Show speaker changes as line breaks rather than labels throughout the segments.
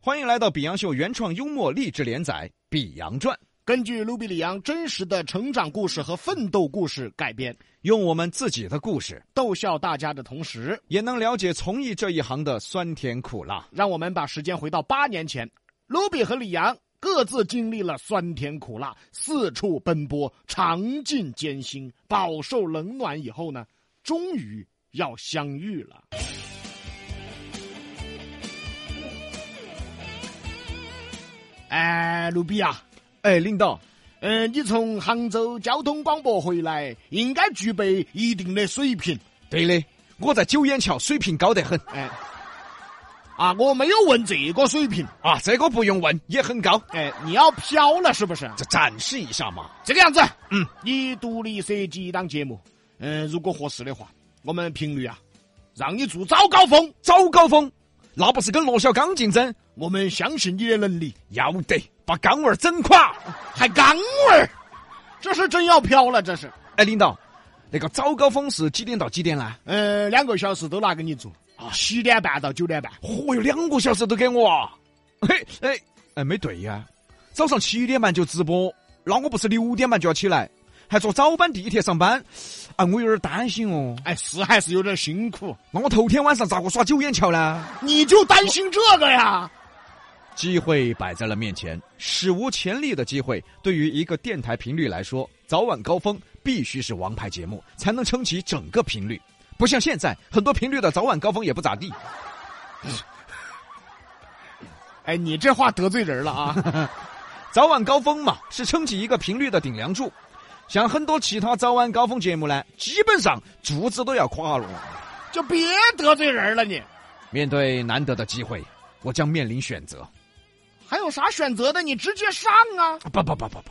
欢迎来到《比洋秀》原创幽默励志连载《比洋传》，
根据卢比里昂真实的成长故事和奋斗故事改编，
用我们自己的故事，
逗笑大家的同时，
也能了解从艺这一行的酸甜苦辣。
让我们把时间回到八年前，卢比和里昂各自经历了酸甜苦辣，四处奔波，尝尽艰辛，饱受冷暖以后呢，终于要相遇了。哎，卢比啊，
哎，领导，
嗯、你从杭州交通广播回来，应该具备一定的水平。
对的，我在九眼桥水平高得很
哎，啊，我没有问这个水平。
啊，这个不用问，也很高。
哎，你要飘了是不是？
这展示一下嘛。
这个样子，
嗯，
你独立设计一档节目，嗯、如果合适的话，我们频率啊，让你做早高峰。
早高峰，那不是跟罗小刚竞争？
我们相信你的能力，
要得，把钢儿整垮。
还刚味儿，这是真要飘了，这是。
哎，领导，那个早高峰是几点到几点啊呢？
呃，两个小时都拿给你做，啊七点半到九点半。
嚯哟，两个小时都给我啊！嘿，哎，哎，没对呀、早上七点半就直播，那我不是六点半就要起来，还坐早班地铁上班，啊，我有点担心哦。
哎，是还是有点辛苦，
那我头天晚上咋个耍九眼桥呢？
你就担心这个呀？
机会摆在了面前，史无前例的机会，对于一个电台频率来说，早晚高峰必须是王牌节目，才能撑起整个频率。不像现在很多频率的早晚高峰也不咋地。
哎，你这话得罪人了 啊！
早晚高峰嘛，是撑起一个频率的顶梁柱。像很多其他早晚高峰节目呢，基本上柱子都要垮了。
就别得罪人了你，
面对难得的机会，我将面临选择。
还有啥选择的？你直接上啊！
不不不不不，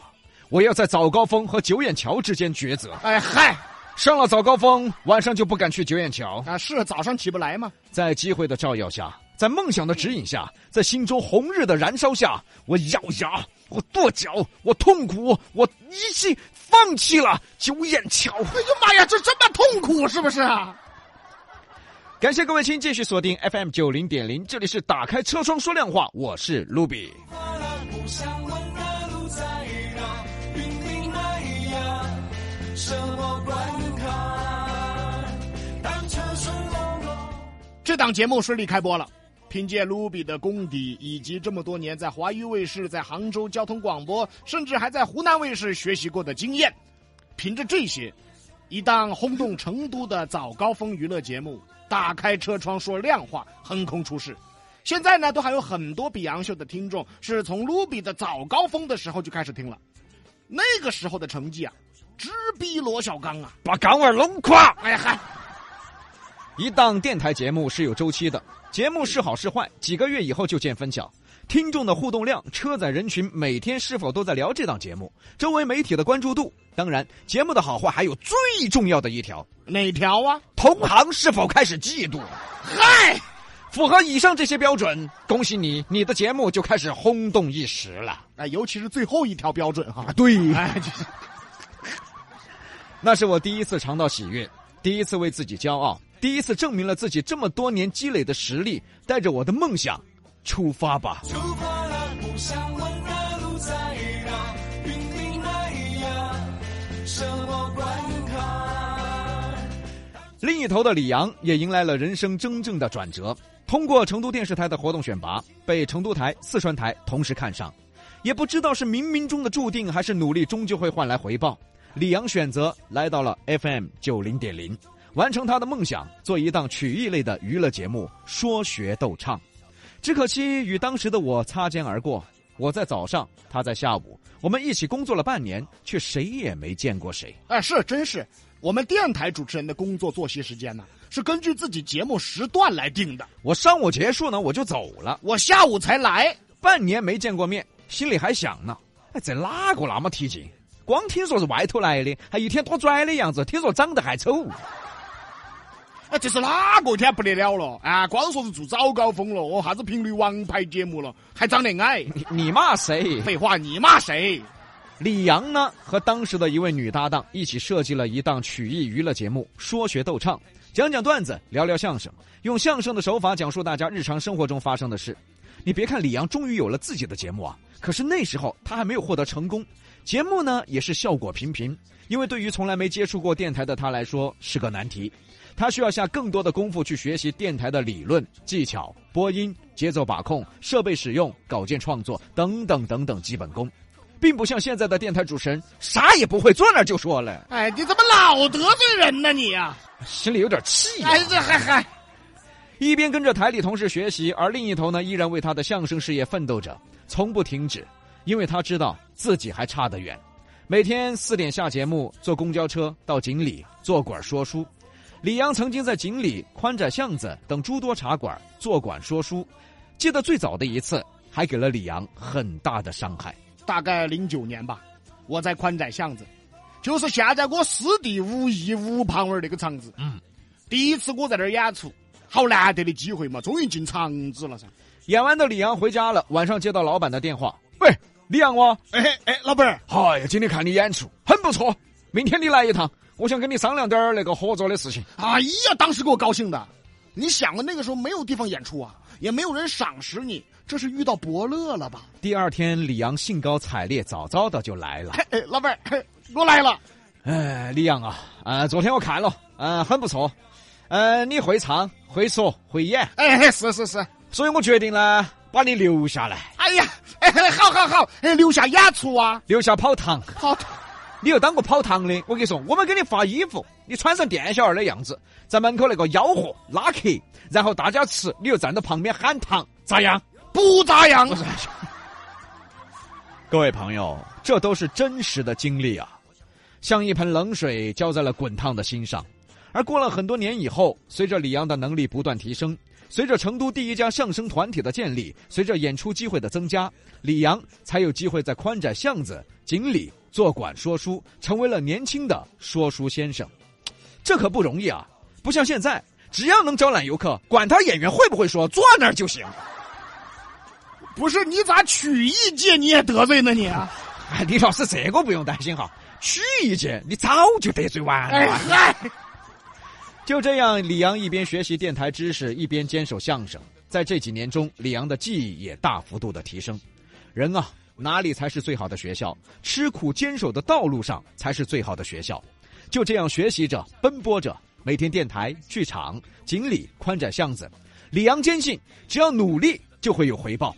我要在早高峰和九眼桥之间抉择。
哎嗨，
上了早高峰，晚上就不敢去九眼桥。
啊是早上起不来吗？
在机会的照耀下，在梦想的指引下，在心中红日的燃烧下，我咬牙，我跺脚，我痛苦，我一气放弃了九眼桥。
哎呀妈呀，这这么痛苦是不是啊？
感谢各位亲，继续锁定 FM 九零点零，这里是打开车窗说亮话，我是卢比。
我了，不想问的路在哪，云顶哎呀，什么关卡？单车顺风落。
这档节目顺利开播了。凭借卢比的功底，以及这么多年在华娱卫视、在杭州交通广播，甚至还在湖南卫视学习过的经验，凭着这些，一档轰动成都的早高峰娱乐节目，打开车窗说亮话，横空出世。现在呢，都还有很多比洋秀的听众是从卢比的早高峰的时候就开始听了，那个时候的成绩啊，直逼罗小刚啊！
把港儿弄垮。
哎呀嗨，
一档电台节目是有周期的，节目是好是坏，几个月以后就见分晓。听众的互动量、车载人群每天是否都在聊这档节目，周围媒体的关注度，当然节目的好坏，还有最重要的一条，
哪条啊？
同行是否开始嫉妒。
嗨，
符合以上这些标准，恭喜你，你的节目就开始轰动一时了。
哎，尤其是最后一条标准哈。
对
哎，就是
那是我第一次尝到喜悦，第一次为自己骄傲，第一次证明了自己这么多年积累的实力。带着我的梦想，出发吧！
出发了，不想问的路在哪，云顶哎呀，什么关卡？
另一头的李阳也迎来了人生真正的转折，通过成都电视台的活动选拔，被成都台、四川台同时看上，也不知道是冥冥中的注定，还是努力终究会换来回报。李阳选择来到了 FM 九零点零，完成他的梦想，做一档曲艺类的娱乐节目，说学逗唱。只可惜与当时的我擦肩而过，我在早上，他在下午，我们一起工作了半年，却谁也没见过谁。
哎，是，真是。我们电台主持人的工作作息时间呢，是根据自己节目时段来定的。
我上午结束呢，我就走了。
我下午才来，
半年没见过面，心里还想呢，哎，这哪个那么提劲？光听说是外头来的，还一天多拽的样子，听说长得还丑。
哎，这是哪个天不得了了啊！光说是做早高峰了，哦，啥子频率王牌节目了，还长得矮。
你你骂谁？
废话，你骂谁？
李阳呢？和当时的一位女搭档一起设计了一档曲艺娱乐节目，说学逗唱，讲讲段子，聊聊相声，用相声的手法讲述大家日常生活中发生的事。你别看李阳终于有了自己的节目啊，可是那时候他还没有获得成功，节目呢也是效果平平，因为对于从来没接触过电台的他来说是个难题，他需要下更多的功夫去学习电台的理论、技巧、播音、节奏把控、设备使用、稿件创作等等等等基本功，并不像现在的电台主持人啥也不会，坐那儿就说了，
哎，你怎么老得罪人呢你呀、
心里有点气、啊。
哎，这还还
一边跟着台里同事学习，而另一头呢，依然为他的相声事业奋斗着，从不停止，因为他知道自己还差得远。每天四点下节目，坐公交车到锦里坐馆说书。李阳曾经在锦里、宽窄巷子等诸多茶馆坐馆说书，记得最早的一次还给了李阳很大的伤害。
大概零九年吧，我在宽窄巷子，就是现在我师弟吴毅吴胖儿那个场子。嗯，第一次我在那儿演出，好难得的机会嘛，终于进场子了噻。
演完的李阳回家了，晚上接到老板的电话：“喂，李阳哦哇，
哎哎，老板儿，
哎呀，今天看你演出很不错，明天你来一趟，我想跟你商量点儿那个合作的事情。
哎呀，当时给我高兴的，你想啊，那个时候没有地方演出啊，也没有人赏识你，这是遇到伯乐了吧？”
第二天，李阳兴高采烈，早早的就来了。
嘿，哎，老板儿，嘿，我来了。
哎，李阳啊，呃，昨天我看了，嗯、很不错，呃，你会唱、会说、会演，
哎，嘿是是是，
所以我决定呢，把你留下来，
哎呀，哎，嘿好好好，哎，留下演出啊，
留下跑堂。
好。
你又当过跑堂的，我跟你说，我们给你发衣服，你穿上店小二的样子，在门口那个吆喝拉客，然后大家吃，你又站到旁边喊糖，咋样？
不咋样。
各位朋友，这都是真实的经历啊，像一盆冷水浇在了滚烫的心上。而过了很多年以后，随着李阳的能力不断提升，随着成都第一家相声团体的建立，随着演出机会的增加，李阳才有机会在宽窄巷子、锦里做馆说书，成为了年轻的说书先生。这可不容易啊！不像现在，只要能招揽游客，管他演员会不会说，坐那儿就行。
不是你咋曲艺界你也得罪呢你、啊？
哎， 李老师，这个不用担心哈，曲艺界你早就得罪完了。
哎嗨，
就这样，李阳一边学习电台知识，一边坚守相声。在这几年中，李阳的技艺也大幅度的提升。人啊，哪里才是最好的学校？吃苦坚守的道路上才是最好的学校。就这样学习着，奔波着，每天电台、剧场、锦里、宽窄巷子，李阳坚信，只要努力就会有回报。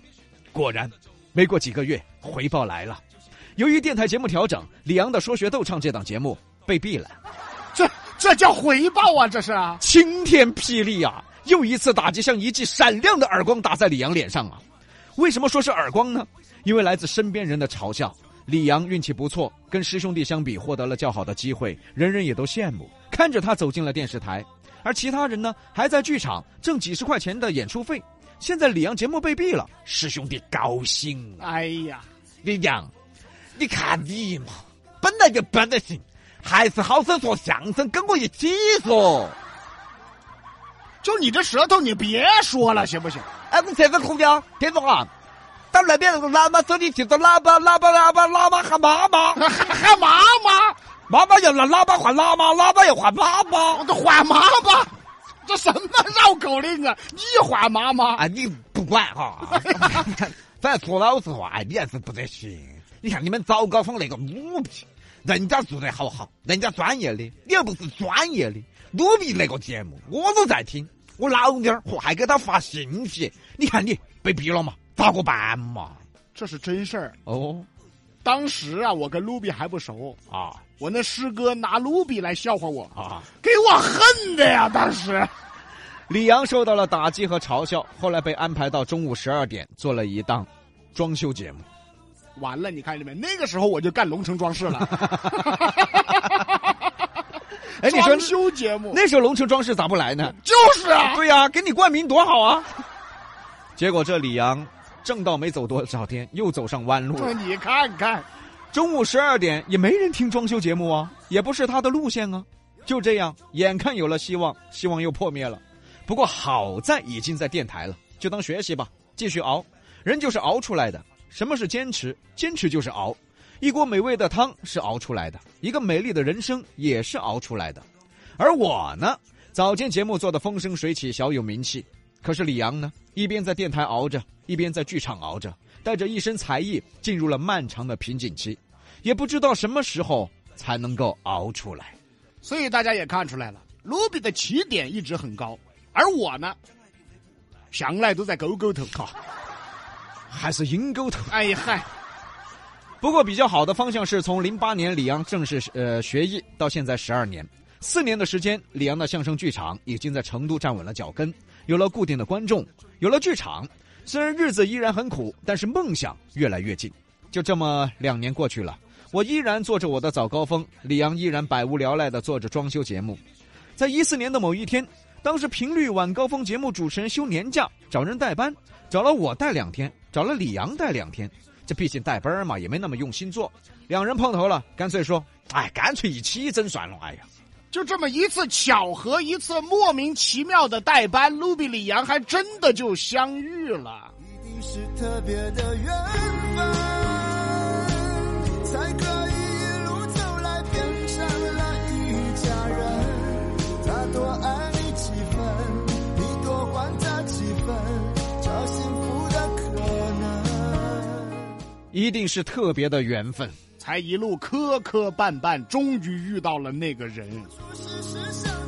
果然，没过几个月，回报来了。由于电台节目调整，李阳的《说学逗唱》这档节目被毙了。
这这叫回报啊，这是啊！
晴天霹雳啊！又一次打击像一记闪亮的耳光打在李阳脸上啊！为什么说是耳光呢？因为来自身边人的嘲笑。李阳运气不错，跟师兄弟相比获得了较好的机会，人人也都羡慕。看着他走进了电视台，而其他人呢还在剧场挣几十块钱的演出费。现在李阳节目被毙了，师兄弟高兴啊！
哎呀，
李阳，你看你嘛，本来就笨得行，还是好生说相声，跟我一起说。
就你这舌头，你别说了行不 行？
哎，我这个同学，听懂啊？到那边那个喇嘛手里提着喇叭，喇叭喇叭喇叭喊妈妈，
还还妈妈，
妈妈要拿喇叭换喇嘛，喇叭要换妈妈
我。都换妈妈，这什么绕口令啊？你换妈妈，
哎
啊，你不管哈， 咱说老实话，哎你还是不得行。你看你们早高峰那个鲁比，人家做得好好，人家专业的，你又不是专业的。鲁比那个节目我都在听，我老娘儿嚯还给他发信息，你看你被毙了嘛，咋个办嘛？
这是真事儿。
哦
当时啊，我跟卢比还不熟，
啊
我那师哥拿卢比来笑话我，
啊！
给我恨的呀！当时
李阳受到了打击和嘲笑，后来被安排到中午十二点做了一档装修节目。
完了，你看见没？那个时候我就干龙城装饰了，
哎，你说
装修节目
那时候龙城装饰咋不来呢？
就是啊，
对呀、给你冠名多好啊！ 结果这李阳正道没走多少天，又走上弯路了
这。你看看，
中午十二点也没人听装修节目啊，也不是他的路线啊。就这样，眼看有了希望，希望又破灭了。不过好在已经在电台了，就当学习吧，继续熬。人就是熬出来的。什么是坚持？坚持就是熬。一锅美味的汤是熬出来的，一个美丽的人生也是熬出来的。而我呢，早间节目做的风生水起，小有名气。可是李阳呢，一边在电台熬着，一边在剧场熬着，带着一身才艺进入了漫长的瓶颈期，也不知道什么时候才能够熬出来。
所以大家也看出来了，卢比的起点一直很高，而我呢，向来都在沟沟头。
还是阴沟头。
哎呀嗨，
不过比较好的方向是从零八年里昂正式呃学艺到现在十二年，四年的时间，里昂的相声剧场已经在成都站稳了脚跟，有了固定的观众，有了剧场。虽然日子依然很苦，但是梦想越来越近。就这么两年过去了，我依然做着我的早高峰，里昂依然百无聊赖的做着装修节目。在一四年的某一天，当时频率晚高峰节目主持人休年假，找人代班，找了我带两天，找了李阳带两天。这毕竟带班儿嘛，也没那么用心做。两人碰头了，干脆说：“哎，干脆一起整算了。”哎呀，
就这么一次巧合，一次莫名其妙的代班，卢比里扬还真的就相遇了。
一定是特别的缘分，才可以一路走来变成了一家人。他多爱你几分，你多还他几分，找幸福的可能。
一定是特别的缘分。
才一路磕磕绊绊，终于遇到了那个人。
不是世上